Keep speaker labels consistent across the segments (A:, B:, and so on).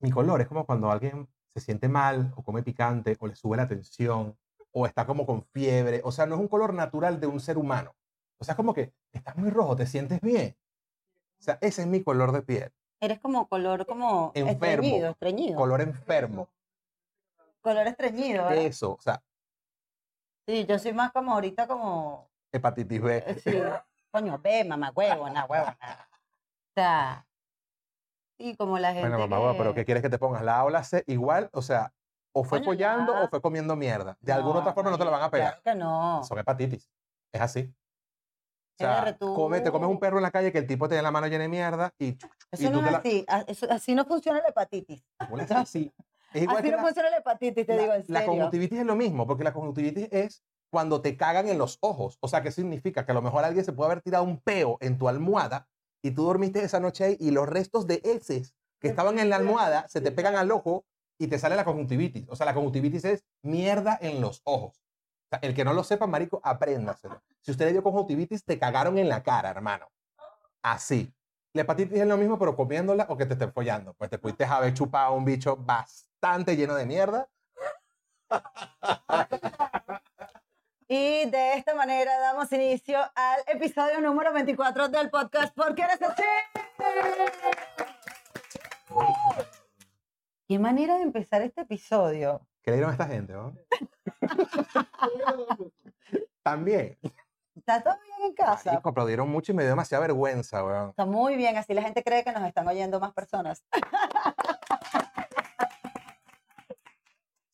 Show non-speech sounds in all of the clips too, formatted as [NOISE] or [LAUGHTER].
A: mi color es como cuando alguien se siente mal o come picante o le sube la tensión o está como con fiebre. O sea, no es un color natural de un ser humano. O sea, es como que estás muy rojo, te sientes bien. O sea, ese es mi color de piel.
B: Eres como color como
A: Enfermo.
B: estreñido, estreñido.
A: Color enfermo.
B: color estreñido. ¿verdad?
A: Eso, o sea,
B: Sí, yo soy más como ahorita como
A: hepatitis B. [LAUGHS]
B: eh, sí, coño, ve, mamá huevona, huevona. O sea, sí, como la gente
A: Bueno, mamá, bueno, pero
B: que-
A: ¿qué quieres que te pongas? La A o la C, igual, o sea, o fue
B: Coño,
A: follando
B: ya.
A: o fue comiendo mierda. De alguna otra forma no te la van a
B: marico,
A: pegar.
B: Claro que no.
A: Son hepatitis. Es así. O sea,
B: Eres tú.
A: come- te comes un perro en la calle que el tipo te da la mano llena de mierda y chuc, chuc, y
B: Eso
A: tú
B: no es
A: te la-
B: así. a- eso- así no funciona la hepatitis.
A: ¿Cómo le dices así? Es igual
B: Así
A: que
B: no
A: la-
B: funciona la hepatitis, te
A: la,
B: digo en
A: la
B: serio.
A: conjuntivitis es lo mismo, porque la conjuntivitis es cuando te cagan en los ojos. O sea, ¿qué significa? Que a lo mejor alguien se puede haber tirado un peo en tu almohada y tú dormiste esa noche ahí y los restos de heces que estaban en la almohada se te pegan al ojo y te sale la conjuntivitis. O sea, la conjuntivitis es mierda en los ojos. O sea, el que no lo sepa, marico, apréndaselo. Si usted le dio conjuntivitis, te cagaron en la cara, hermano. Así. La hepatitis es lo mismo, pero comiéndola o que te estén follando. Pues te pudiste haber chupado un bicho bastante lleno de mierda
B: Y de esta manera damos inicio al episodio número 24 del podcast Porque eres así. Qué manera de empezar este episodio.
A: ¿Qué le dieron a esta gente? [LAUGHS] ¿no? También.
B: ¿Está todo bien en casa?
A: Marico, aplaudieron mucho y me dio demasiada vergüenza, weón.
B: Está muy bien, así la gente cree que nos están oyendo más personas.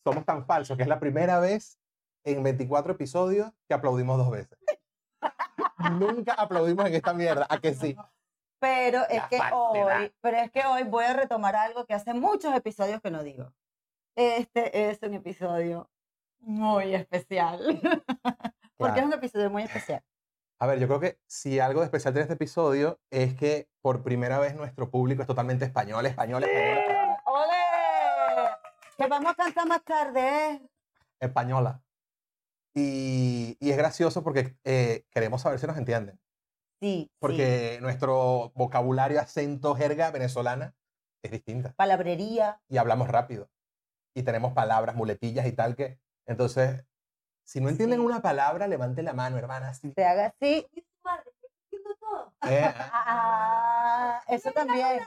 A: Somos tan falsos que es la primera vez en 24 episodios que aplaudimos dos veces. [LAUGHS] Nunca aplaudimos en esta mierda, ¿a que sí?
B: Pero es
A: La
B: que
A: falsedad.
B: hoy, pero es que hoy voy a retomar algo que hace muchos episodios que no digo. Este es un episodio muy especial. [LAUGHS] Porque es
A: Claro.
B: un episodio muy especial.
A: A ver, yo creo que si algo de especial tiene este episodio es que por primera vez nuestro público es totalmente español, español, español, español,
B: ¡Ole! Que vamos a cantar más tarde, ¿eh?
A: española. Y, y es gracioso porque eh, queremos saber si nos entienden.
B: Sí. sí.
A: porque nuestro vocabulario, acento, jerga venezolana es distinta
B: Palabrería.
A: y hablamos rápido y tenemos palabras, muletillas y tal que entonces si no entienden
B: Sí.
A: una palabra levante la mano hermana así.
B: Se haga así.
A: Eh,
B: Ah, eso también.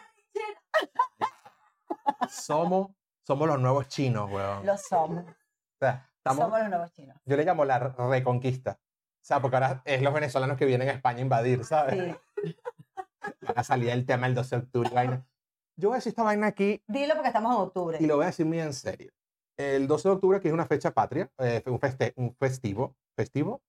A: somos somos los nuevos chinos, weón.
B: Lo somos.
A: O sea, estamos-
B: Somos los nuevos chinos.
A: yo le llamo la reconquista. O sea, porque ahora es los venezolanos que vienen a España a invadir, ¿sabes?
B: Sí.
A: Van a salir el tema del 12 de octubre. y vaina. Yo voy a decir esta vaina aquí
B: Dilo porque estamos en octubre.
A: Y lo voy a decir muy en serio. El 12 de octubre, que es una fecha patria, eh, un, feste- un festivo, festivo,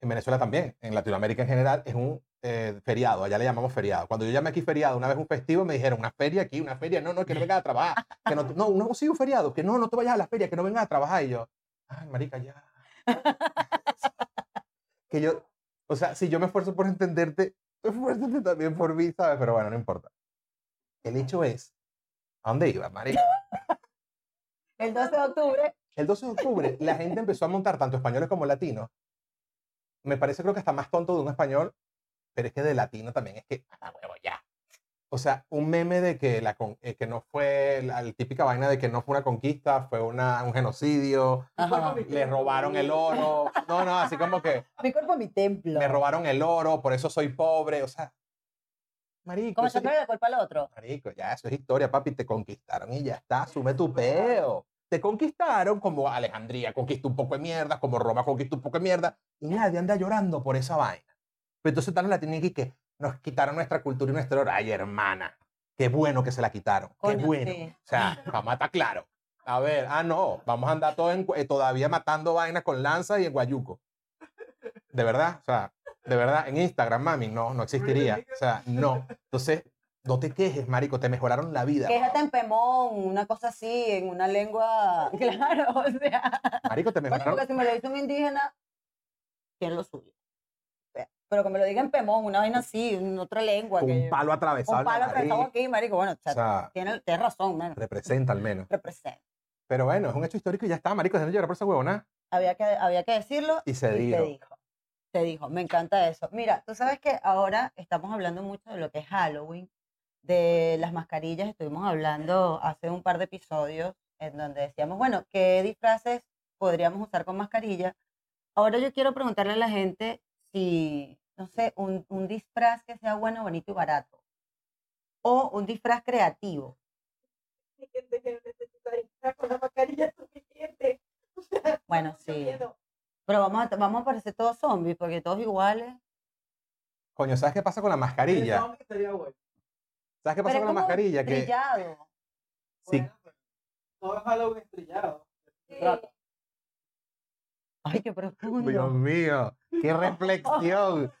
A: en Venezuela también, en Latinoamérica en general, es un eh, feriado, allá le llamamos feriado. Cuando yo llamé aquí feriado, una vez un festivo, me dijeron, una feria aquí, una feria, no, no, que no vengas a trabajar, que no, no, no, sí, un feriado, que no, no te vayas a la feria, que no vengas a trabajar. Y yo, ay, marica, ya. que yo, o sea, si yo me esfuerzo por entenderte, esfuérzate también por mí, ¿sabes? Pero bueno, no importa. El hecho es, ¿a dónde iba, marica?
B: El 12 de octubre.
A: El 12 de octubre la gente empezó a montar tanto españoles como latinos. Me parece creo que está más tonto de un español, pero es que de latino también es que, ah, huevo, ya. O sea, un meme de que, la con- eh, que no fue la, la típica vaina de que no fue una conquista, fue una, un genocidio,
B: Ajá.
A: le robaron el oro. No, no, así como que
B: Mi cuerpo es mi templo.
A: me robaron el oro, por eso soy pobre. O sea, marico,
B: Como
A: eso-
B: siempre la culpa al otro.
A: Marico, ya eso es historia, papi. Te conquistaron y ya está. Asume tu peo. Te conquistaron como Alejandría conquistó un poco de mierda, como Roma conquistó un poco de mierda. Y nadie anda llorando por esa vaina. Pero entonces están los latinos aquí que nos quitaron nuestra cultura y nuestro oro. Ay, hermana. Qué bueno que se la quitaron. qué
B: Coño,
A: bueno.
B: sí.
A: O sea, vamos a estar claro. A ver, ah, no. Vamos a andar todo en- eh, todavía matando vainas con lanza y en guayuco. De verdad, o sea, de verdad, en Instagram, mami, no, no existiría. O sea, no. Entonces, no te quejes, marico, te mejoraron la vida.
B: Quéjate en Pemón, una cosa así, en una lengua. [LAUGHS] Claro, o sea.
A: Marico, te
B: Bueno,
A: mejoraron.
B: porque si me lo dice un indígena, tiene lo suyo. O sea, Pero que me lo diga en Pemón, una vaina así, en otra lengua.
A: Con
B: que-
A: un palo atravesado.
B: un
A: en la
B: palo atravesado
A: nariz.
B: aquí, marico. Bueno, o
A: O
B: sea,
A: sea,
B: tiene, tienes razón, mano.
A: representa al menos.
B: Representa.
A: Pero bueno, es un hecho histórico y ya está, marico, se llorar por esa huevona.
B: Había que, había que decirlo
A: Y se
B: y te
A: dijo.
B: dijo. Te dijo, me encanta eso. Mira, tú sabes que ahora estamos hablando mucho de lo que es Halloween, de las mascarillas estuvimos hablando hace un par de episodios en donde decíamos, bueno, ¿qué disfraces podríamos usar con mascarilla? Ahora yo quiero preguntarle a la gente si, no sé, un, un disfraz que sea bueno, bonito y barato. O un disfraz creativo.
C: Hay gente que necesita disfraz con la mascarilla suficiente. [LAUGHS] O sea,
B: Bueno,
C: mucho
B: sí.
C: miedo.
B: Pero vamos a, vamos a parecer todos zombies, porque todos iguales.
A: Coño, ¿sabes qué pasa con la
C: El
A: mascarilla?
C: zombie estaría bueno.
A: ¿Sabes qué
B: Pero
A: pasa
B: es
A: con la
B: como
A: mascarilla? Que
B: Brillado.
A: Sí.
C: Bueno, pero No es Halloween estrellado.
B: Sí.
C: Rato.
B: Ay, qué profundo.
A: Dios mío, qué reflexión.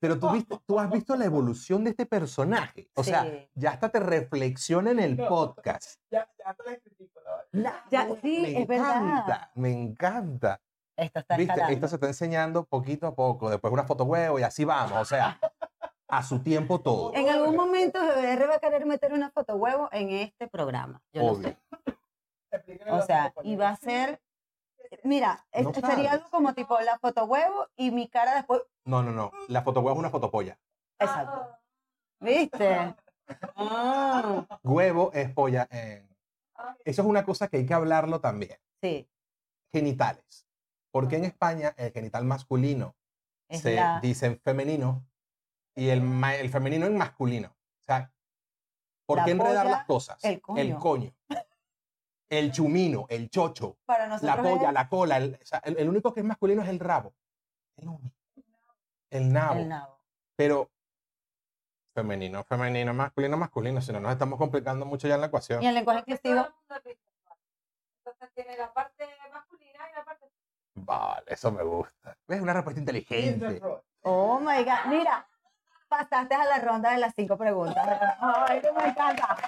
A: Pero tú, viste, tú has visto la evolución de este personaje. O sea,
B: Sí.
A: ya hasta te reflexiona en el
C: No.
A: podcast.
C: Ya, ya hasta les critico, la verdad.
B: Ya, sí,
A: me
B: es verdad.
A: encanta, me encanta.
B: Esto está
A: Viste,
B: escalando.
A: esto se está enseñando poquito a poco. Después una foto huevo y así vamos. O sea, a su tiempo todo.
B: En algún momento GBR va a querer meter una foto huevo en este programa. Yo no
A: Obvio.
B: sé.
C: Explíquenle a
B: O
C: los
B: sea, y
C: compañeros.
B: va a ser. Mira, es-
A: No
B: sería algo
A: sabes.
B: como tipo la foto huevo y mi cara después.
A: No, no, no. La foto huevo es una fotopolla.
C: Ah,
B: Exacto. ¿Viste? Ah,
A: Huevo es polla. en- Eso es una cosa que hay que hablarlo también.
B: sí,
A: Genitales. Porque en España el genital masculino
B: es
A: se
B: la-
A: dice en femenino y el, ma- el femenino en masculino. O sea, ¿por
B: La
A: qué enredar
B: polla,
A: las cosas?
B: el coño.
A: El coño. El chumino, el chocho,
B: para nosotros.
A: la polla,
B: es
A: la cola. El, o sea, el- el único que es masculino es el rabo. El único. El nabo.
B: el nabo.
A: Pero femenino, femenino, masculino, masculino. Si no, nos estamos complicando mucho ya en la ecuación.
B: Y el lenguaje
C: Porque todo el
B: inclusivo,
C: mundo es bisexual. Entonces tiene la parte masculina y la parte
A: Vale, eso me gusta. Es una respuesta inteligente.
B: oh my god, mira, pasaste a la ronda de las cinco preguntas. Ay, que me encanta.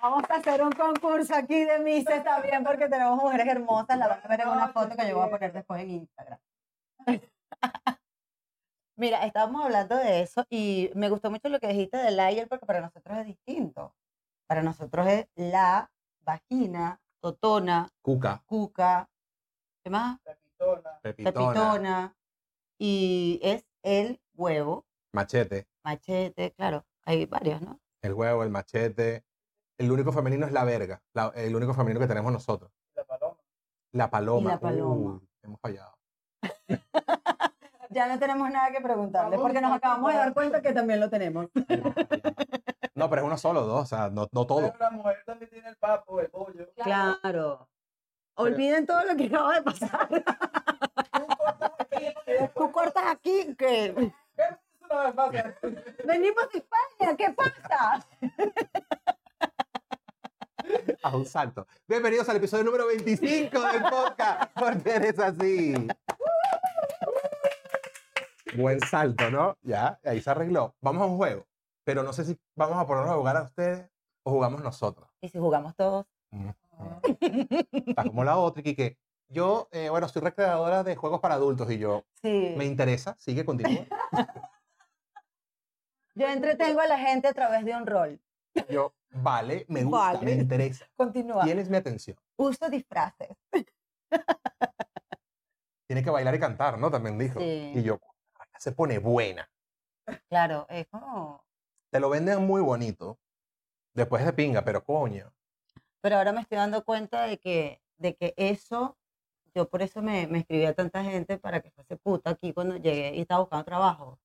B: Vamos a hacer un concurso aquí de Mises también porque tenemos mujeres hermosas. La van a ver en una foto que yo voy a poner después en Instagram. [LAUGHS] Mira, estábamos hablando de eso y me gustó mucho lo que dijiste del layer porque para nosotros es distinto. Para nosotros es la vagina, totona,
A: Cuca,
B: cuca, ¿qué más?
C: la pitona.
A: pepitona,
B: pepitona y es el huevo,
A: machete.
B: machete, claro, hay varios, ¿no?
A: El huevo, el machete. El único femenino es la verga. la- el único femenino que tenemos nosotros.
C: La paloma.
A: La paloma.
B: Y la paloma.
A: Uy, hemos fallado.
B: Ya no tenemos nada que preguntarle
C: Vamos
B: porque nos
C: a
B: acabamos de dar cuenta que también lo tenemos.
A: No, pero es uno solo, dos. O sea, no, no todo.
B: [LAUGHS]
C: Pero la mujer también tiene el papo, el bollo.
B: Claro. Olviden todo lo que acaba de pasar. Tú cortas aquí que
C: Eso no me pasa.
B: venimos de España, ¿qué pasa?
A: A un salto. Bienvenidos al episodio número 25 del podcast. [LAUGHS] Porque eres así. Buen salto, ¿no? Ya, ahí se arregló. Vamos a un juego. Pero no sé si vamos a ponernos a jugar a ustedes o jugamos nosotros.
B: Y si jugamos todos,
A: Está como la otra, y que yo, eh, bueno, soy recreadora de juegos para adultos y yo,
B: sí.
A: me interesa, sigue,
B: [LAUGHS]
A: continúa.
B: Yo entretengo a la gente a través de un rol.
A: Yo, vale, me gusta,
B: Vale.
A: me interesa.
B: Continúa.
A: Tienes mi atención.
B: Uso disfraces.
A: Tiene que bailar y cantar, ¿no? También dijo.
B: Sí.
A: Y yo, "Acá se pone buena.
B: Claro, es como...
A: Te lo venden muy bonito. Después de pinga, pero coño.
B: pero ahora me estoy dando cuenta de que, de que eso, yo por eso me, me escribí a tanta gente para que fuese puta aquí cuando llegué y estaba buscando trabajo.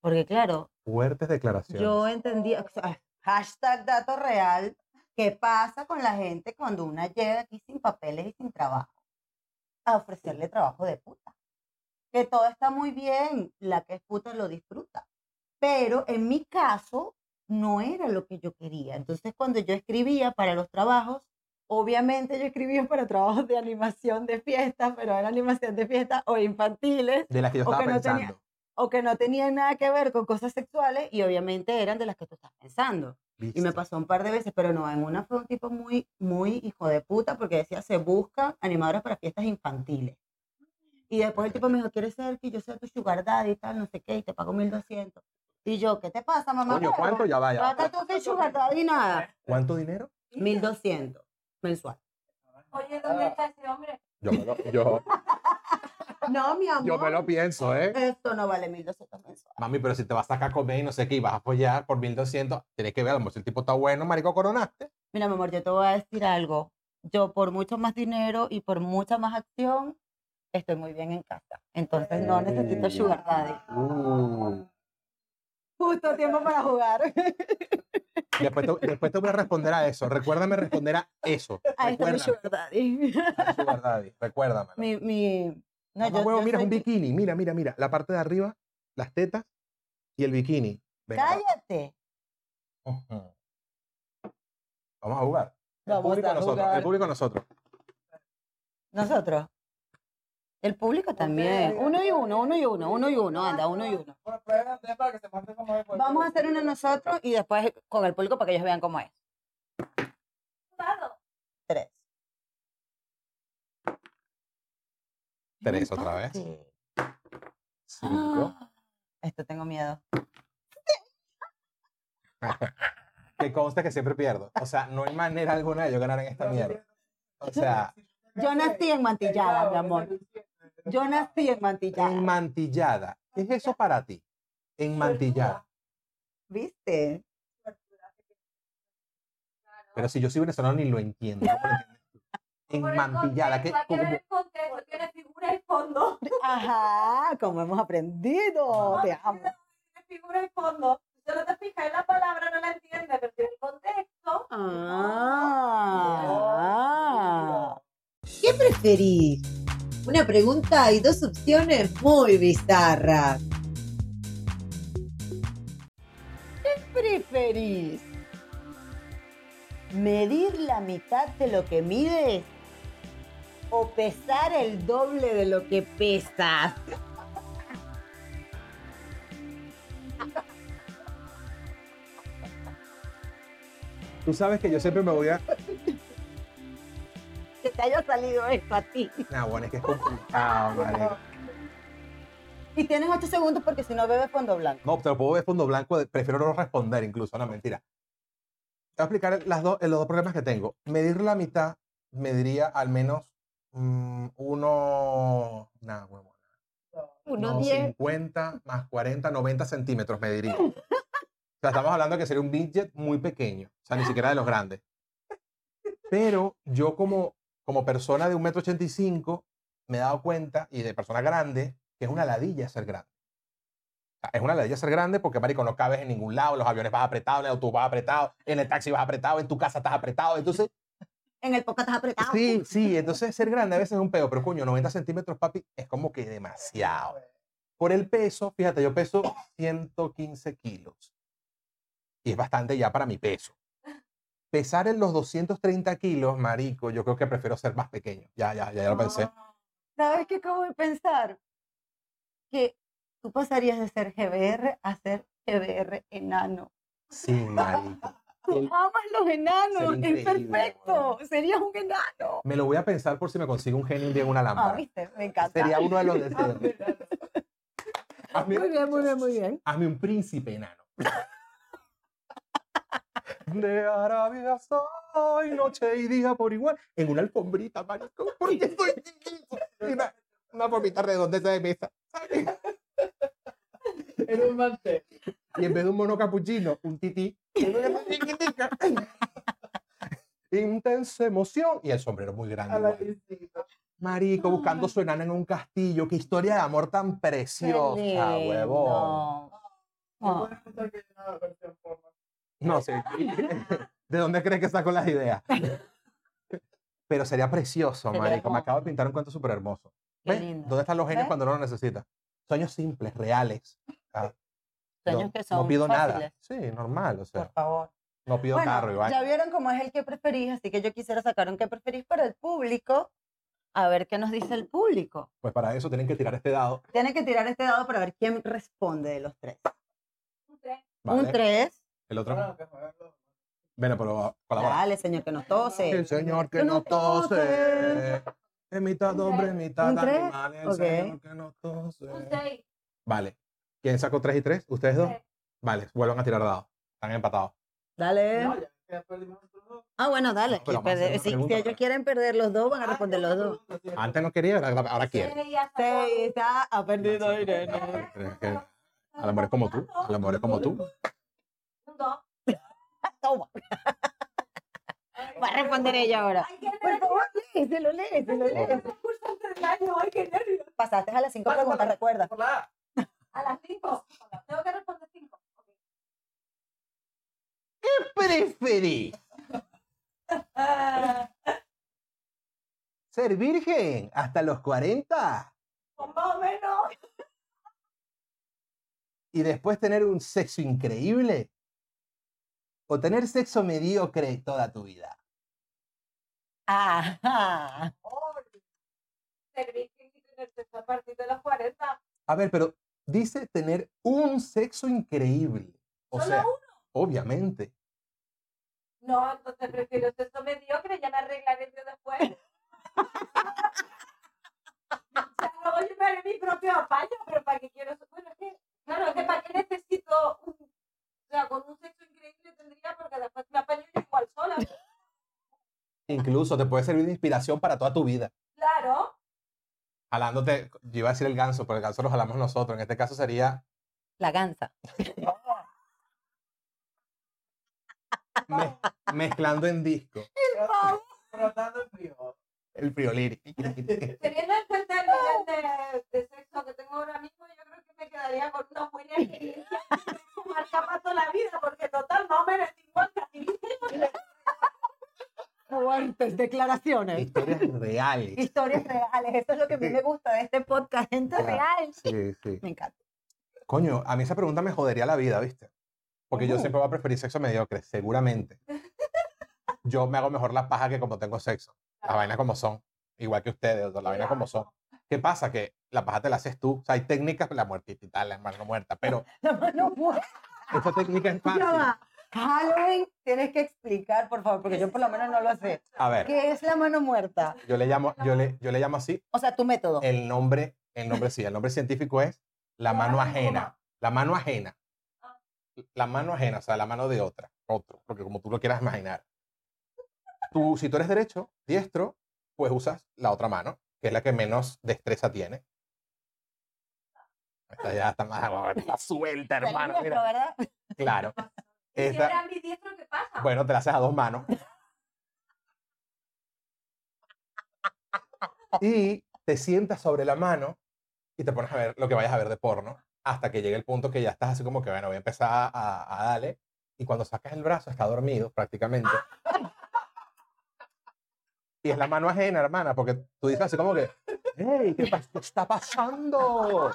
B: Porque claro,
A: Fuertes declaraciones.
B: yo entendía, o sea, [LAUGHS] hashtag dato real, ¿qué pasa con la gente cuando una llega aquí sin papeles y sin trabajo? A ofrecerle trabajo de puta. Que todo está muy bien, la que es puta lo disfruta. Pero en mi caso, no era lo que yo quería. Entonces, cuando yo escribía para los trabajos, obviamente yo escribía para trabajos de animación de fiestas, pero era animación de fiestas o infantiles
A: de las que yo
B: o
A: estaba
B: que no tenía-
A: pensando.
B: o que no tenían nada que ver con cosas sexuales y obviamente eran de las que tú estás pensando. Y me
A: Viste.
B: pasó un par de veces, pero no, en una fue un tipo muy, muy hijo de puta porque decía, se buscan animadores para fiestas infantiles. Y después el tipo me dijo, ¿quieres ser que yo sea tu sugar daddy y tal, no sé qué, y te pago 1200? Y yo, ¿qué te pasa, mamá?
A: Coño,
B: huevo?
A: ¿cuánto? Ya vaya.
B: Trata tú que sugar daddy nada.
A: ¿Cuánto dinero?
B: 1200 mensual.
C: Oye, ¿dónde está?
B: [LAUGHS]
A: Yo, me lo- yo,
B: No, mi amor.
A: Yo me lo pienso, ¿eh?
B: Esto no vale 1200 mensuales.
A: Mami, pero si te vas a sacar a comer y no sé qué, y vas a apoyar por 1200, tienes que ver, a lo mejor si el tipo está bueno, marico, coronaste.
B: Mira, mi amor, yo te voy a decir algo. Yo por mucho más dinero y por mucha más acción, estoy muy bien en casa. Entonces no
A: Eh,
B: necesito sugar
A: [LAUGHS]
B: daddy.
A: Uh.
B: Justo tiempo para jugar.
A: Después te, después te voy a responder a eso. Recuérdame responder a eso.
B: [LAUGHS] [LAUGHS] Ahí está mi
A: Recuérdame.
B: sugar daddy. [LAUGHS]
A: a Sugar Daddy, Recuérdamelo.
B: Mi, mi... No,
A: Mamá huevo, mira, es
B: soy-
A: un bikini. Mira, mira, mira. La parte de arriba, las tetas y el bikini. Venga, va.
B: Cállate.
A: Ujú. Vamos a jugar. El
B: Vamos
A: público
B: a
A: nosotros.
B: jugar.
A: El público a nosotros.
B: Nosotros. El público también. Uno y uno, uno y uno, uno y uno, anda, uno y uno.
D: Bueno, pruébate para que se muestre cómo es. pues.
B: Vamos a hacer uno nosotros y después con el público para que ellos vean cómo es. Tres.
A: Tres otra vez.
B: Sí.
A: Cinco.
B: Ah, Esto tengo miedo.
A: Que consta que siempre pierdo. O sea, no hay manera alguna de yo ganar en esta mierda. O sea,
B: Yo nací en mantillada, mi amor. Yo nací en
A: en
B: mantillada.
A: mantillada. ¿Qué es eso para ti? En mantillada.
B: ¿Viste?
A: Pero si yo soy venezolano ni lo entiendo. ¿cómo lo entiendes tú? En mantillada.
B: [LAUGHS]
A: ¿qué-
C: Hay que ver
A: cómo-
C: el contexto, tiene figura y fondo.
B: Ajá, como hemos aprendido. Te amo.
C: Tiene figura y fondo. Si no te fijas en la palabra, no la entiendes, pero tiene el contexto.
B: Ah. ¿Qué preferís? Una pregunta y dos opciones muy bizarras. ¿Qué preferís? ¿Medir la mitad de lo que mides? ¿O pesar el doble de lo que pesas?
A: Tú sabes que yo siempre me voy a.
B: Que te haya salido esto a ti.
A: Nah, Ah, bueno, es que es complicado, marico.
B: Y tienes 8 segundos porque si no bebes fondo blanco.
A: No, te lo puedo ver fondo blanco, de- prefiero no responder incluso, no, mentira. Te voy a explicar las dos, los dos problemas que tengo. Medir la mitad me diría al menos mm, uno... Nada, huevona. No, 50 más 40, 90 centímetros me diría. O sea, estamos hablando que sería un widget muy pequeño, o sea, ni siquiera de los grandes. Pero yo como, como persona de 1,85m me he dado cuenta, y de persona grande, que es una ladilla ser grande. O sea, es una ladilla ser grande porque, marico, no cabes en ningún lado, en los aviones vas apretado, en el autobús vas apretado, en el taxi vas apretado, en tu casa estás apretado. Entonces,
B: En el poco estás apretado.
A: sí, sí, entonces ser grande a veces es un pedo, pero coño, 90 centímetros, papi, es como que demasiado. Por el peso, fíjate, yo peso 115 kilos. Y es bastante ya para mi peso. Pesar en los 230 kilos, marico, yo creo que prefiero ser más pequeño. Ya, ya, ya, ya lo
B: Ah.
A: pensé.
B: ¿Sabes qué acabo de pensar? Que tú pasarías de ser GBR a ser GBR enano.
A: Sí, marico. El-
B: Amas los
A: Sería
B: enanos, es
A: increíble,
B: perfecto.
A: weón.
B: Serías un enano.
A: Me lo voy a pensar por si me consigo un genio un día en una
B: Ah,
A: lámpara.
B: viste, me encanta.
A: Sería uno de los deseos. Hazme-
B: Muy bien, muy bien, muy bien.
A: Hazme un príncipe enano. De Arabia soy noche y día por igual. En una alfombrita, marico. Porque soy chiquito. Y Una, una alfombrita redondeta de mesa.
D: En un mantel.
A: Y en vez de un mono capuchino, un tití. Chiquitica. Intensa emoción. Y el sombrero muy grande.
D: A la
A: igual.
D: visita.
A: Marico, buscando su enana en un castillo. Qué historia de amor tan preciosa, huevón.
B: Ah, Oh.
D: Puedes pensar que es una versión porno.
A: No sé. [LAUGHS] ¿De dónde crees que saco las ideas? Pero sería precioso,
B: Sería
A: marico. Me
B: hermoso.
A: acabo de pintar un cuento súper hermoso.
B: Qué
A: ¿Ves?
B: lindo.
A: ¿Dónde están los genios
B: ¿Ves?
A: cuando no los necesitas? Sueños simples, reales. Ah,
B: Sueños
A: no-
B: que son
A: No pido nada.
B: fáciles.
A: Sí, normal, o
B: Por
A: sea,
B: favor.
A: no pido
B: Bueno,
A: carro, Iván.
B: ya vieron cómo es el que preferís, así que yo quisiera sacar un que preferís para el público. A ver qué nos dice el público.
A: Pues para eso tienen que tirar este dado.
B: Tienen que tirar este dado para ver quién responde de los tres.
C: Un tren.
A: ¿vale?
B: Un 3.
A: El otro.
D: Bueno, que juegan los-
A: Bueno, pero colabora.
B: Dale, señor, que nos
D: Sí.
A: El
B: tose.
A: señor que
B: Que no
A: no tose. Es mitad hombre, mitad
B: ¿Un tres?
A: animal. El
B: Ok.
A: señor que no tose.
C: Un seis.
A: Vale. ¿Quién sacó 3 y 3? ¿Ustedes dos?
C: Tres.
A: Vale, vuelvan a tirar dados. Están empatados.
B: Dale.
D: No, ya, ya perdimos nosotros dos.
B: Ah, bueno, dale.
A: Pero
B: que
A: vamos a hacer
B: perder-
A: una
B: si, si
A: pregunta.
B: ellos quieren perder los dos, van a responder los dos.
A: Antes no quería, ahora, ahora quiere.
C: Sí, ya sacó.
B: Sí, está, ha perdido
A: Sí.
B: Irene.
A: Es que A lo mejor es como tú, a lo mejor es como tú.
C: Un dos.
B: Toma,
C: Ay,
B: va a responder ella ahora.
C: Ay, qué
B: Por
C: nervios.
B: favor, léeselo, léeselo,
C: Ay,
B: léeselo.
C: qué concursante del año, ay, qué nervios.
B: Pasaste a las cinco
D: Vale,
B: preguntas,
D: vale.
B: recuerda.
D: Por la A.
C: A las cinco. Tengo que responder cinco. Ok.
A: Preferí
C: Ah,
A: ser virgen hasta los 40
C: pues más o menos.
A: y después tener un sexo increíble o tener sexo mediocre toda tu vida.
B: Ajá.
C: servir que tenerte a partir de los 40.
A: A ver, pero dice tener un sexo increíble. O
C: ¿Solo
A: sea, obviamente.
C: No, entonces prefiero sexo mediocre, ya me arreglaré yo después. ya luego yo me haré mi propio apaño, pero ¿para qué quiero eso? Bueno, es que, claro, es que ¿para qué necesito un. O sea, con un sexo increíble tendría, porque después me apaño yo igual sola.
A: Incluso te puede servir de inspiración para toda tu vida.
C: Claro,
A: Jalándote, yo iba a decir el ganso, pero el ganso lo jalamos nosotros. En este caso sería
B: La ganza.
A: me- mezclando en disco
D: Frotando el frío.
A: el prioliri.
C: teniendo en cuenta el nivel de, de sexo que tengo ahora mismo, yo creo que me quedaría con una buena experiencia. que Marca más toda la vida, porque total, más o menos es igual casi
B: Fuertes declaraciones.
A: Historias
B: [LAUGHS]
A: reales.
B: Historias reales. Eso es lo que a mí me gusta de este podcast. Gente
A: Claro.
B: real.
A: Sí, sí.
B: Me encanta. [LAUGHS]
A: Coño, a mí esa pregunta me jodería la vida, ¿viste? Porque yo
B: Ujú.
A: siempre voy a preferir sexo mediocre,
B: [LAUGHS]
A: seguramente. Yo me hago mejor la paja que como tengo sexo. Las vainas como son. Igual que ustedes, o sea, las vainas como son. ¿Qué pasa? Que la paja te la haces tú. O sea, hay técnicas, la muertita y tal, la mano muerta, pero
B: La mano muerta.
A: esa técnica es fácil.
B: [LAUGHS] Ya va. Halloween, tienes que explicar, por favor, porque yo por lo menos no lo sé.
A: A ver,
B: ¿Qué es la mano muerta?
A: yo le llamo, yo le, yo le llamo así.
B: O sea, tu método.
A: El nombre, el nombre sí, el nombre científico es la mano ajena. Ah. La mano ajena. La mano ajena, o sea, la mano de otra, otro, porque como tú lo quieras imaginar. Tú, si tú eres derecho, diestro, pues usas la otra mano, que es la que menos destreza tiene. Esta ya está más [LAUGHS] está suelta,
B: Está
A: hermano.
B: lindo,
A: mira.
B: ¿verdad?
A: [LAUGHS] Claro.
C: Y si
A: Esta-
C: era ambidiestro, ¿qué pasa?
A: Bueno, te la haces a dos manos. Y te sientas sobre la mano y te pones a ver lo que vayas a ver de porno hasta que llegue el punto que ya estás así como que, bueno, voy a empezar a, a darle. Y cuando sacas el brazo está dormido prácticamente. Y es la mano ajena, hermana, porque tú dices así como que, hey, ¿qué, pas- qué está pasando?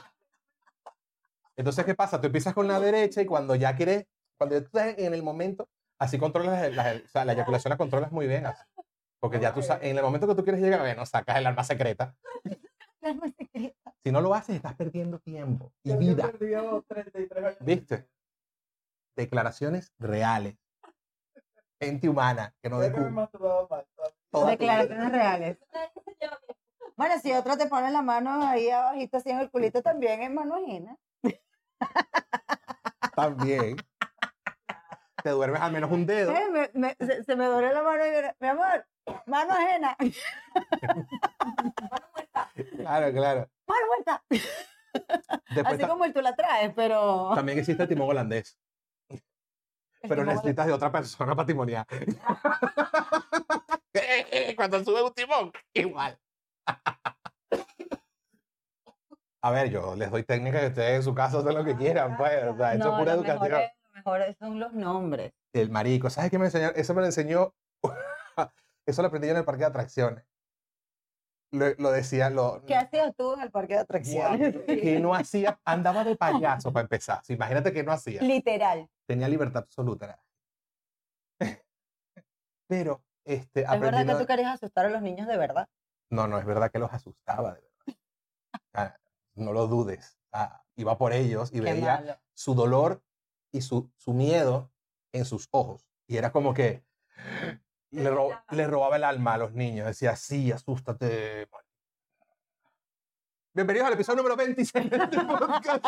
A: Entonces, ¿qué pasa? Tú empiezas con la derecha y cuando ya quieres, cuando ya tú estás en el momento, así controlas el- la, o sea, la eyaculación, la controlas muy bien. así. Porque ya tú sa- en el momento que tú quieres llegar, bueno, sacas el arma secreta.
B: La mano secreta.
A: Si no lo haces, estás perdiendo tiempo y
D: Yo- yo
A: vida.
D: perdí a los 33 años.
A: ¿Viste? Declaraciones reales. Gente humana, que no
D: Creo que me he
A: de
D: masturbado más.
B: Declaraciones reales.
C: Yo,
B: Bueno, si otro te pone la mano ahí abajito, así en el culito, también es mano ajena.
A: También. Te duermes al menos un dedo.
B: Eh, me- me- se, se me duele la mano y yo, mi amor, mano ajena,
C: mano muerta.
A: Claro, claro.
B: mano vuelta.
A: Después
B: Así
A: ta-
B: como el tú la traes, pero...
A: [LAUGHS] también existe el timón holandés,
B: el
A: pero
B: timón-
A: necesitas de otra persona para
B: [LAUGHS]
A: timonear. [LAUGHS] Eh, Cuando sube un timón, igual. A ver, yo les doy técnicas que ustedes en su casa hacen lo que quieran, pues. O sea, eso
B: Ah, No,
A: es pura
B: lo mejor
A: educación.
B: es- lo mejor son los nombres.
A: El marico. ¿Sabes qué me enseñó? Eso me lo enseñó. [LAUGHS] eso lo aprendí yo en el parque de atracciones. Lo, lo decía, lo.
B: ¿Qué hacías tú en el parque de atracciones?
A: que no hacía, andaba de payaso para empezar. O sea, Imagínate que no hacía.
B: [LAUGHS] Literal.
A: tenía libertad absoluta. era. Pero este,
B: Es
A: aprendí
B: verdad que
A: lo-
B: tú querías asustar a los niños de verdad.
A: No, no, es verdad que los asustaba, de verdad. Ah, no lo dudes. Ah, iba por ellos y
B: Qué
A: veía pues,
B: malo.
A: su dolor y su, su miedo en sus ojos. Y era como que le, ro- le robaba el alma a los niños. Decía, sí, asústate. Bienvenidos al episodio número 26 de este podcast.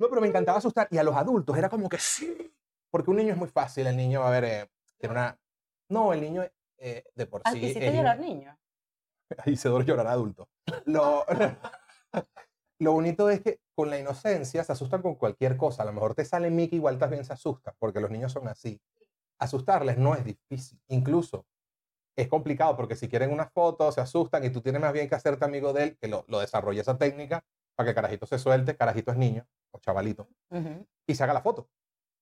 A: No, pero me encantaba asustar. Y a los adultos era como que sí, Porque un niño es muy fácil, el niño va a ver, eh, tiene una... No, el niño eh, de por
B: Ay,
A: sí...
B: quisiste
A: es-
B: Ah, llorar, niño.
A: Isidoro llorará adulto. Lo, [LAUGHS] lo bonito es que con la inocencia se asustan con cualquier cosa. A lo mejor te sale Mickey, igual también se asusta, porque los niños son así. Asustarles no es difícil, incluso es complicado, porque si quieren una foto, se asustan y tú tienes más bien que hacerte amigo de él, que lo, lo desarrolle esa técnica para que Carajito se suelte, Carajito es niño o chavalito,
B: Ujú.
A: y se haga la foto.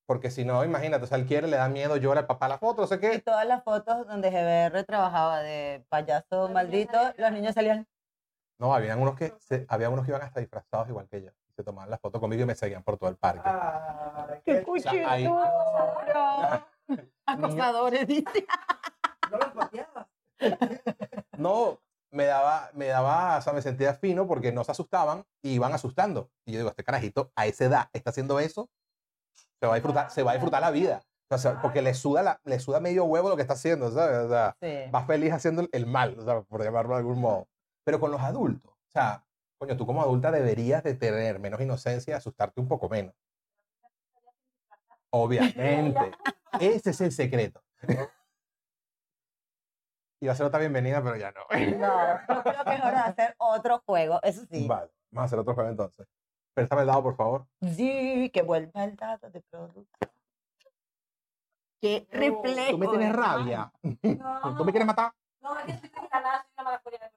A: Porque si no, imagínate, o sea, él quiere, le da miedo, llora el papá la foto, no sé
B: Y
A: qué.
B: todas las fotos donde GBR trabajaba de payaso
C: niños
B: maldito,
C: salían-
B: los niños salían.
A: No, había unos que, se- había unos que iban hasta disfrazados igual que yo. Se tomaban las fotos conmigo y me seguían por todo el parque.
D: Ah, Ay,
B: ¡Qué
D: chido.
A: sea, ahí-
B: [LAUGHS]
A: Ah.
B: cuchillo! Acosadores, dice.
D: No lo pateabas.
A: No, me daba, me daba, o sea, me sentía fino porque no se asustaban y iban asustando. Y yo digo, este carajito a esa edad está haciendo eso, se va a disfrutar, se va a disfrutar la vida. O sea, porque le suda, la, le suda medio huevo lo que está haciendo, ¿sabes? O sea,
B: Sí.
A: va feliz haciendo el mal, o sea, por llamarlo de algún modo. Pero con los adultos, o sea, coño, tú como adulta deberías de tener menos inocencia y asustarte un poco menos.
B: [LAUGHS]
A: Obviamente. Ese es el secreto. [LAUGHS] Iba a ser otra bienvenida, pero ya no.
B: No, yo creo que es hora de hacer otro juego, eso sí.
A: Vale, vamos a hacer otro juego entonces. Préstame el dado, por favor.
B: Sí, que vuelva el dato de producto. Qué
D: No,
B: reflejo.
A: Oh. Tú me tienes
B: ¿verdad?
A: rabia.
C: No,
A: Tú me quieres matar.
C: No, es que estoy desganada, soy una mala follada.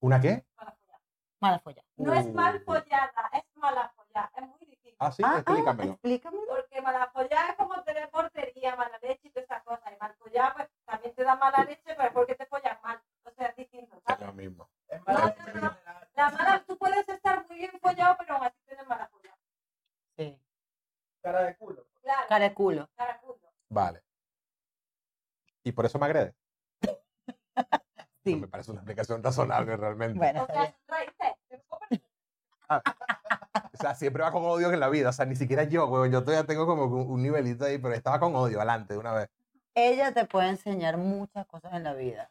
A: ¿Una qué?
C: mala follada.
B: Mala folla.
C: No es mal
A: Uh.
C: follada, es mala follada. Es muy difícil.
A: Ah, sí,
B: Ah, ah,
A: explícamelo.
B: Explícame.
C: Porque mala follada es como tener portería, mala leche y todas esas cosas. Y mal follada, pues también te da mala leche, pero es porque te follan mal. O sea, es distinto.
A: Es
B: ah.
C: ¿sabes?
A: lo mismo.
D: Es
C: No,
D: más,
C: no, no. La mala, tú puedes estar muy bien follado, pero aún así tienes mala follada.
B: Sí.
D: cara de culo.
C: Claro,
B: Cara de culo.
C: cara culo.
A: Vale. ¿Y por eso me agrede?
B: Sí.
A: No me parece una explicación razonable realmente.
B: Bueno,
C: O
B: está
C: sea,
B: bien.
C: es raíces. te comen.
A: O sea, siempre va con odio en la vida. O sea, ni siquiera yo, weón. Yo todavía tengo como un un nivelito ahí, pero estaba con odio adelante de una vez.
B: Ella te puede enseñar muchas cosas en la vida.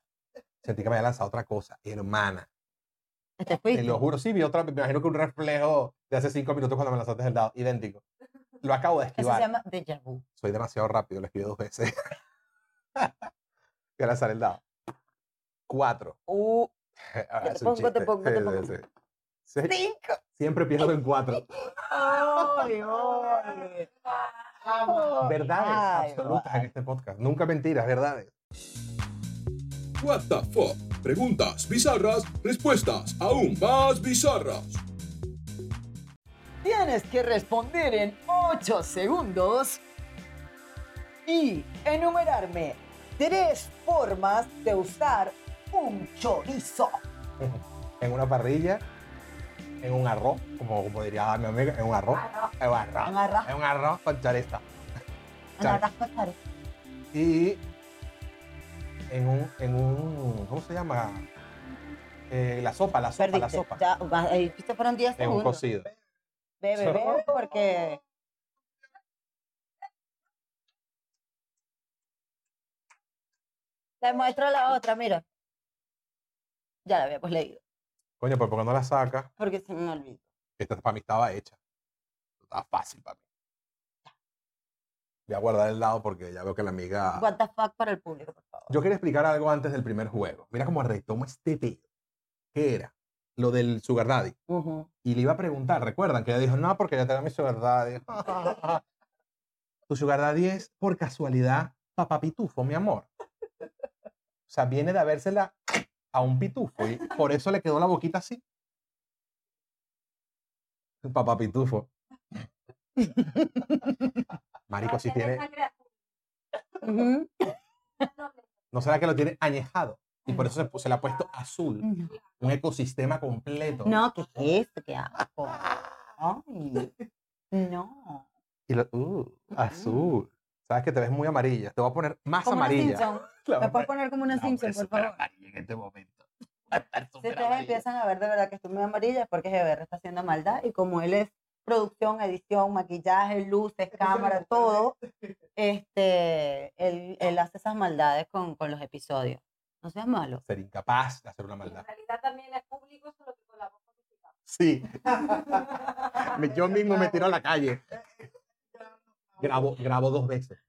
A: Sentí que me había lanzado otra cosa, hermana.
B: Este
A: Te lo juro, sí, vi otra. Me imagino que un reflejo de hace cinco minutos cuando me lanzaste el dado, idéntico. Lo acabo de
B: Eso se
A: esquivar.
B: llama déjà vu.
A: Soy demasiado rápido, lo escribí dos veces. [LAUGHS] Voy a lanzar el dado. Cuatro.
B: Uh,
A: [LAUGHS] Ah,
B: Te
A: es un
B: pongo, te
A: chiste.
B: pongo, te
A: Sí,
B: pongo.
A: sí, sí. Sí,
B: cinco.
A: Siempre pierdo en cuatro. [LAUGHS]
B: Ay, ay. Ay,
A: Verdades
B: ay,
A: absolutas en este podcast. Nunca mentiras, verdades. [LAUGHS]
E: What the fuck? Preguntas bizarras, respuestas aún más bizarras.
F: Tienes que responder en 8 segundos y enumerarme tres formas de usar un chorizo.
A: En una parrilla, en un arroz, como, como diría mi amiga, en un arroz.
C: Ah,
A: En un arroz.
B: Un arroz.
A: En un arroz con chorizo.
B: Una raspa cara.
A: Y en un, en un, ¿cómo se llama? Eh, la sopa, la sopa, la
B: Perdiste.
A: sopa.
B: Ya, va- ahí te fueron 10
A: En un
B: segundos.
A: cocido.
B: Bebe, bebe, porque... Te muestro la otra, mira. Ya la habíamos leído,
A: Coño, pues porque no la saca,
B: porque se me olvidó.
A: esta para mí estaba hecha. Estaba fácil para mí. Voy a guardar el lado porque ya veo que la amiga...
B: What the fuck para el público, por favor.
A: Yo quería explicar algo antes del primer juego. Mira cómo retomo este pedo. ¿Qué era? Lo del Sugar Daddy.
B: Ujú.
A: Y le iba a preguntar, ¿recuerdan? Que ella dijo, no, porque ya tengo mi Sugar Daddy. [LAUGHS] tu Sugar Daddy es, por casualidad, papá pitufo, mi amor. O sea, viene de habérsela a un pitufo. Y por eso le quedó la boquita así. Papá pitufo. Marico, si tiene...
C: tiene sangre azul,
B: Ujú.
C: no, no.
A: ¿No será que lo tiene añejado? Y por eso se, se le ha puesto azul. Un ecosistema completo.
B: No, ¿qué es esto? ¿Qué asco?
A: [LAUGHS]
B: Ay, no.
A: Y lo- uh, azul. Sabes que te ves muy amarilla. Te voy a poner más
B: Mm. Como una
A: amarilla.
B: Simpson.
A: La voy
B: ¿Me
A: a
B: puedes poner como una
A: la voy a
B: Simpson, por
A: superar
B: favor?
A: amarilla en este momento. [LAUGHS] Voy a estar
B: Si
A: super
B: ustedes
A: amarilla.
B: empiezan a ver de verdad que estoy muy amarilla es porque GBR está haciendo maldad y como él es producción, edición, maquillaje, luces, cámara,
A: [LAUGHS]
B: todo, este, él, él hace esas maldades con, con los episodios. No seas malo.
A: Ser incapaz de hacer una
C: En
A: maldad.
B: [LAUGHS]
C: realidad también es público, solo que con la voz modificada.
A: Sí, me- yo mismo me tiro a la calle. grabo, grabo dos veces.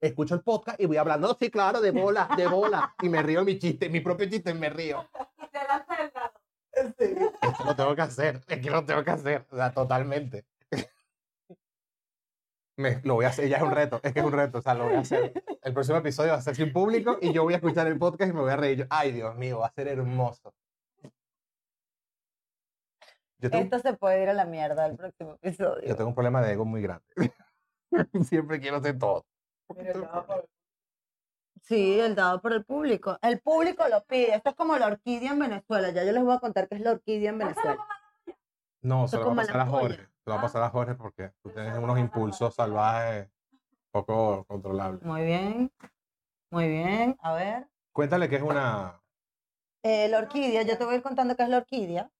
A: Escucho el podcast y voy hablando, "No, sí, claro, de bola, de bola. Y me río de mi chiste, mi propio chiste, me río.
C: Y te lanza el dado.
A: Es que lo tengo que hacer, es que lo tengo que hacer, o sea, totalmente. Me- lo voy a hacer, ya es un reto, es que es un reto, o sea, lo voy a hacer. El próximo episodio va a ser sin público y yo voy a escuchar el podcast y me voy a reír. yo, Ay, Dios mío, va a ser hermoso. Yo tengo,
B: Esto se puede ir a la mierda al próximo episodio.
A: yo tengo un problema de ego muy grande. [LAUGHS] Siempre quiero hacer todo.
B: Sí, el dado por el público. El público lo pide. Esto es como la orquídea en Venezuela. Ya yo les voy a contar qué es la orquídea en Venezuela.
A: No, se
B: Fue
A: lo va a
B: como la
A: pasar a
B: polla.
A: Jorge. Se lo va a
C: Ah.
A: pasar a Jorge porque tú tienes unos impulsos salvajes poco controlables.
B: Muy bien. Muy bien. A ver.
A: Cuéntale que es una.
B: Eh, la orquídea, yo te voy a ir contando qué es la orquídea.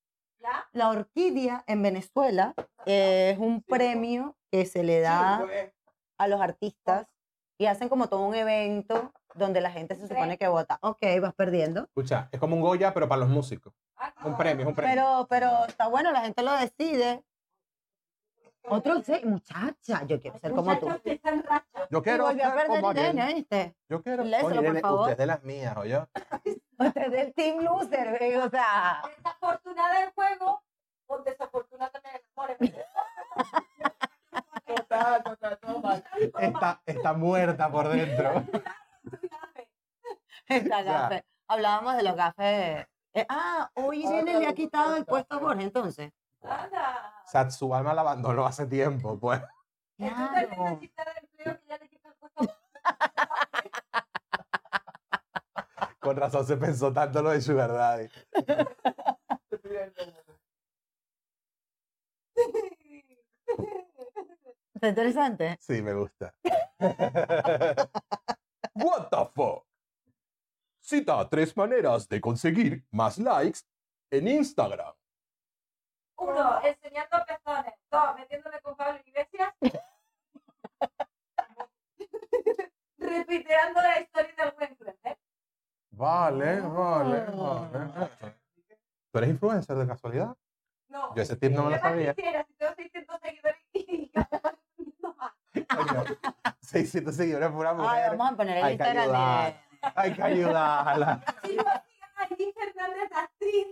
C: ¿Ya?
B: La orquídea en Venezuela es un premio que se le da a los artistas y hacen como todo un evento donde la gente se supone que vota. Ok, vas perdiendo.
A: Escucha, es como un Goya, pero para los músicos.
C: Ah,
A: Un premio, es un premio.
B: Pero, pero está bueno, la gente lo decide. Otro, sí, muchacha, yo quiero ser como tú.
C: Muchachos que están rachas.
A: Yo
B: Y
A: quiero.
B: volvió a
A: ser
B: perder
A: como
B: Irene,
A: aquel.
B: ¿viste?
A: Yo quiero.
B: Léselo,
A: Oye,
B: por
A: Irene,
B: favor.
A: Usted es de las mías,
B: [LAUGHS]
A: oye.
B: Usted es el team loser, güey, o sea.
A: [LAUGHS]
C: Desafortunada del juego o desafortunada también del amor. ¿eh?
D: Total, total, todo mal.
A: Está, está muerta por dentro. [LAUGHS]
B: Está
A: sea.
B: gafe. Hablábamos de los gafes. Eh, ah, hoy Irene le ha quitado el puesto a Jorge, entonces.
C: Anda.
A: O sea, su alma la abandonó hace tiempo, pues.
C: Entonces,
B: Claro.
C: necesita de empleo que ya le quitó el puesto.
A: Con razón se pensó tanto lo de Sugar Daddy.
B: Está interesante.
A: Sí, me gusta. [LAUGHS] What the fuck? Cita tres maneras de conseguir más likes en Instagram.
C: Uno, enseñando pezones. Dos, metiéndome con Pablo Iglesias. [LAUGHS] Repiteando la historia ¿eh? de algún influencer.
A: Vale, vale,
B: Oh.
A: vale. ¿Tú eres influencer de casualidad?
C: No.
A: Yo ese tip no me
C: Yo
A: lo
C: más
A: sabía.
C: quisiera, si tengo 600 seguidores y no más.
B: [LAUGHS]
A: Coño, 600 seguidores por una
B: Ay,
A: mujer.
B: vamos a poner el
A: Hay que
B: Instagram de-
A: ayudar. Hay que ayudarla.
C: Si no sigan a Liz Fernández, actriz.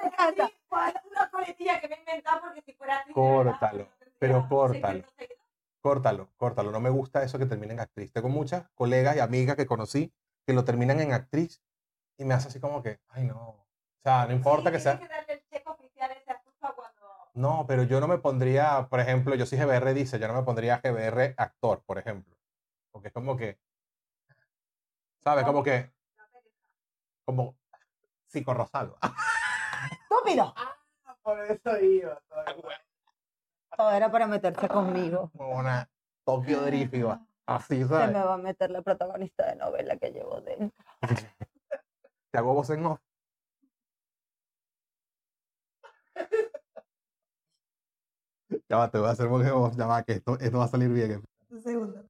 B: me encanta.
C: Actriz, pues, Una coletilla que me he inventado porque si fuera actriz. de
A: Córtalo,
C: verdad, no tendría
A: pero córtalo.
C: 600 seguidores.
A: Córtalo, córtalo. No me gusta eso que terminen en actriz. Tengo muchas colegas y amigas que conocí que lo terminan en actriz y me hace así como que, ay, no. O sea, no importa
C: Sí,
A: que
C: tienes
A: sea.
C: que darle el cheque oficial a ese asunto cuando.
A: No, pero yo no me pondría, por ejemplo, yo soy GBR dice, yo no me pondría GBR actor, por ejemplo. Porque es como que, ¿sabes? Como que, como Psico [LAUGHS] Rosalba.
B: ¡Estúpido!
D: Por eso iba. todo iba.
B: Todo era para meterse conmigo.
A: Una Tokio Drift, iba. Así,
B: Se
A: ¿sabes?
B: me va a meter la protagonista de novela que llevo dentro.
A: Te hago voz en off. [LAUGHS] Ya va, te voy a hacer voz en off, ya va, que esto, esto va a salir bien.
B: Un segundo.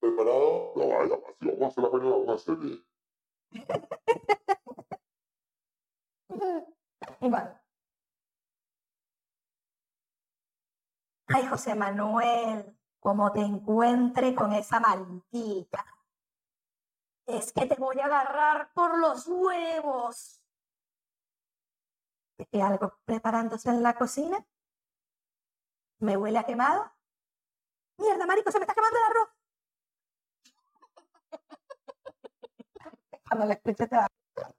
G: preparado, lo va- lo va- lo vamos a hacer la pena la vamos a hacer bien.
B: Vale.
H: Ay, José Manuel, como te encuentre con esa maldita. Es que te voy a agarrar por los huevos. ¿Hay algo preparándose en la cocina? ¿Me huele a quemado? Mierda, marico, se me está quemando el arroz. Cuando la escuché te va-
B: Esto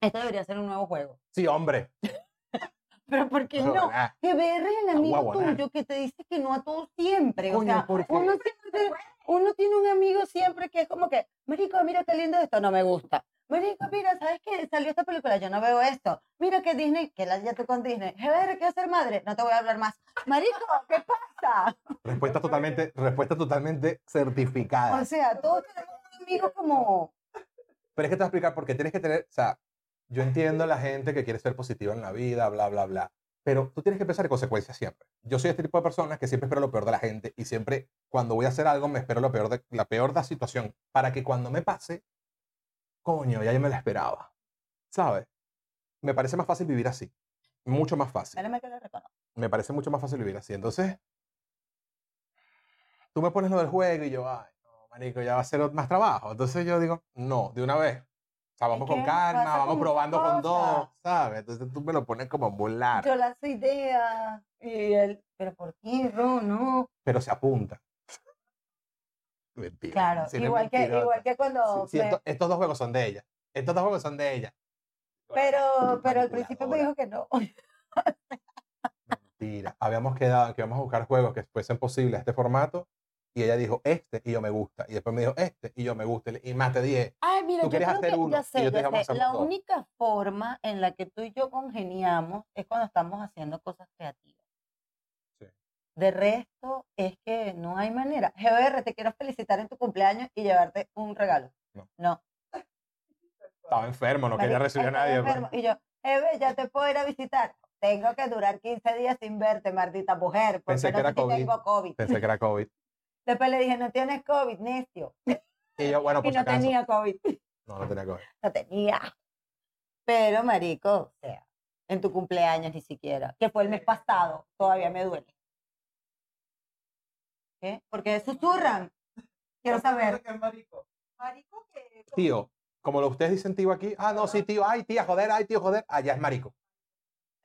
B: Este debería ser un nuevo juego.
A: Sí, hombre.
B: Pero ¿por qué no?
A: Ah,
B: Que ver el amigo
A: guaguaná.
B: tuyo que te dice que no a todo siempre.
A: Coño,
B: o sea,
A: ¿por qué?
B: uno, siempre- uno tiene un amigo siempre que es como que, Marico, mira qué lindo esto, no me gusta. Marico, mira, ¿sabes qué? Salió esta película, yo no veo esto. Mira que Disney, que la ya tú con Disney. Joder, quiero ser madre, no te voy a hablar más. Marico, ¿qué pasa?
A: Respuesta totalmente, respuesta totalmente certificada.
B: O sea, todos tenemos un amigo como...
A: Pero es que te voy a explicar porque tienes que tener, o sea, yo entiendo la gente que quiere ser positiva en la vida, bla, bla, bla, pero tú tienes que pensar en consecuencias siempre. Yo soy este tipo de personas que siempre espero lo peor de la gente y siempre cuando voy a hacer algo me espero lo peor de, la peor de la situación para que cuando me pase, coño, ya yo me la esperaba, ¿sabes? Me parece más fácil vivir así. mucho más fácil.
B: Espérame que lo reconozco.
A: Me parece mucho más fácil vivir así. Entonces, tú me pones lo del juego y yo, ay, no, marico, ya va a ser ot- más trabajo. Entonces yo digo, no, de una vez. O sea, vamos
B: que
A: con calma,
B: pasa con
A: vamos
B: muchas
A: probando con dos,
B: cosas.
A: ¿sabes? Entonces tú me lo pones como muy largo,
B: Yo lanzo ideas y él, pero ¿por qué, Ron? No.
A: pero se apunta. Mentira.
B: Claro,
A: si no es
B: igual, que,
A: mentirota.
B: igual que cuando...
A: Sí, sí,
B: me-
A: esto- estos dos juegos son de ella. Estos dos juegos son de ella.
B: pero, pero al principio me dijo que no. [LAUGHS]
A: Mentira. Habíamos quedado en que íbamos a buscar juegos que fuesen posibles a este formato. Y ella dijo este y yo me gusta. Y después me dijo este y yo me gusta. Y más te dije,
B: Ay, mira,
A: Tú
B: yo
A: quieres
B: creo
A: hacer
B: que,
A: uno,
B: ya
A: y
B: sé,
A: yo te
B: ya
A: dije, vamos a
B: sé.
A: hacer
B: La
A: dos.
B: única forma en la que tú y yo congeniamos es cuando estamos haciendo cosas creativas.
A: Sí.
B: De resto, es que no hay manera. GBR, te quiero felicitar en tu cumpleaños y llevarte un regalo.
A: No.
B: No.
A: estaba enfermo, no quería
B: marica,
A: recibir a
B: estoy
A: nadie. pues.
B: enfermo. Y yo, Eve, ya te puedo ir a visitar. Tengo que durar 15 días sin verte, maldita mujer, porque
A: Pensé que
B: no
A: era
B: sé si
A: COVID.
B: tengo COVID.
A: Pensé que era [LAUGHS] COVID.
B: Después le dije, no tienes COVID, necio.
A: Y yo, bueno,
B: Y
A: por si
B: no
A: acaso.
B: tenía COVID. [LAUGHS]
A: No, no tenía COVID.
B: no tenía. Pero, marico, o sea, en tu cumpleaños ni siquiera, que fue el mes pasado, todavía me duele. ¿Qué? Porque susurran. Quiero saber.
D: ¿Qué marico?
C: Marico que.
A: Tío, como lo ustedes dicen tío aquí, ah, no, sí, tío, ay, tía, joder, ay, tío, joder, allá es marico.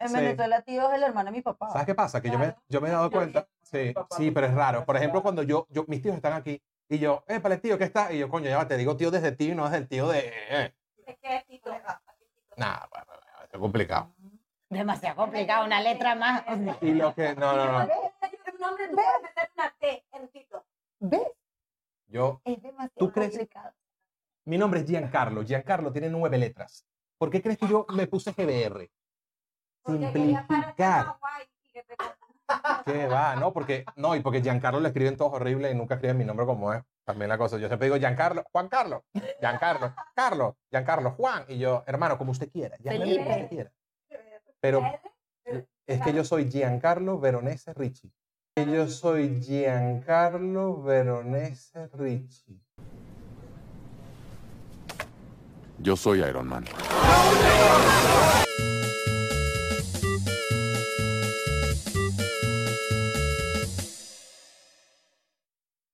B: En
A: Sí.
B: Venezuela, tío, es el hermano de mi papá.
A: ¿Sabes qué pasa? Que yo me,
D: Claro.
A: yo me he dado
D: Yo
A: cuenta. Sí,
D: papá
A: sí,
D: me
A: pero es
D: dijo,
A: raro. Por ejemplo,
D: "Claro".
A: cuando yo, yo, mis tíos están aquí y yo, eh, para el tío, ¿qué está? Y yo, coño, ya va, te digo tío desde tío y no desde el tío de. Eh.
C: Es que es Tito.
A: Nah, bueno, bueno, esto es complicado.
B: Demasiado complicado, una letra más. o sea,
A: [LAUGHS] Y lo que, no, no, no.
C: Un hombre tú puedes meter una T en Tito.
B: ¿Ves?
A: Yo,
B: Es demasiado
A: ¿Tú crees?
B: complicado.
A: mi nombre es Giancarlo. Giancarlo tiene nueve letras. ¿Por qué crees que yo me puse GBR?
C: Porque quería pararte en
A: Simplificar.
C: Hawái y que te
A: ¿Qué va? No, porque, no, y porque Giancarlo le escriben todos horrible y nunca escriben mi nombre como es. También la cosa. Yo siempre digo Giancarlo, Juan Carlos, Giancarlo, Carlos, Giancarlo, Juan. Y yo, hermano, como usted quiera. Llámeme como usted
C: Felipe.
A: quiera. Pero es que yo soy Giancarlo Veronese Ricci. Que Yo soy Giancarlo Veronese Ricci.
I: Yo soy Iron Man.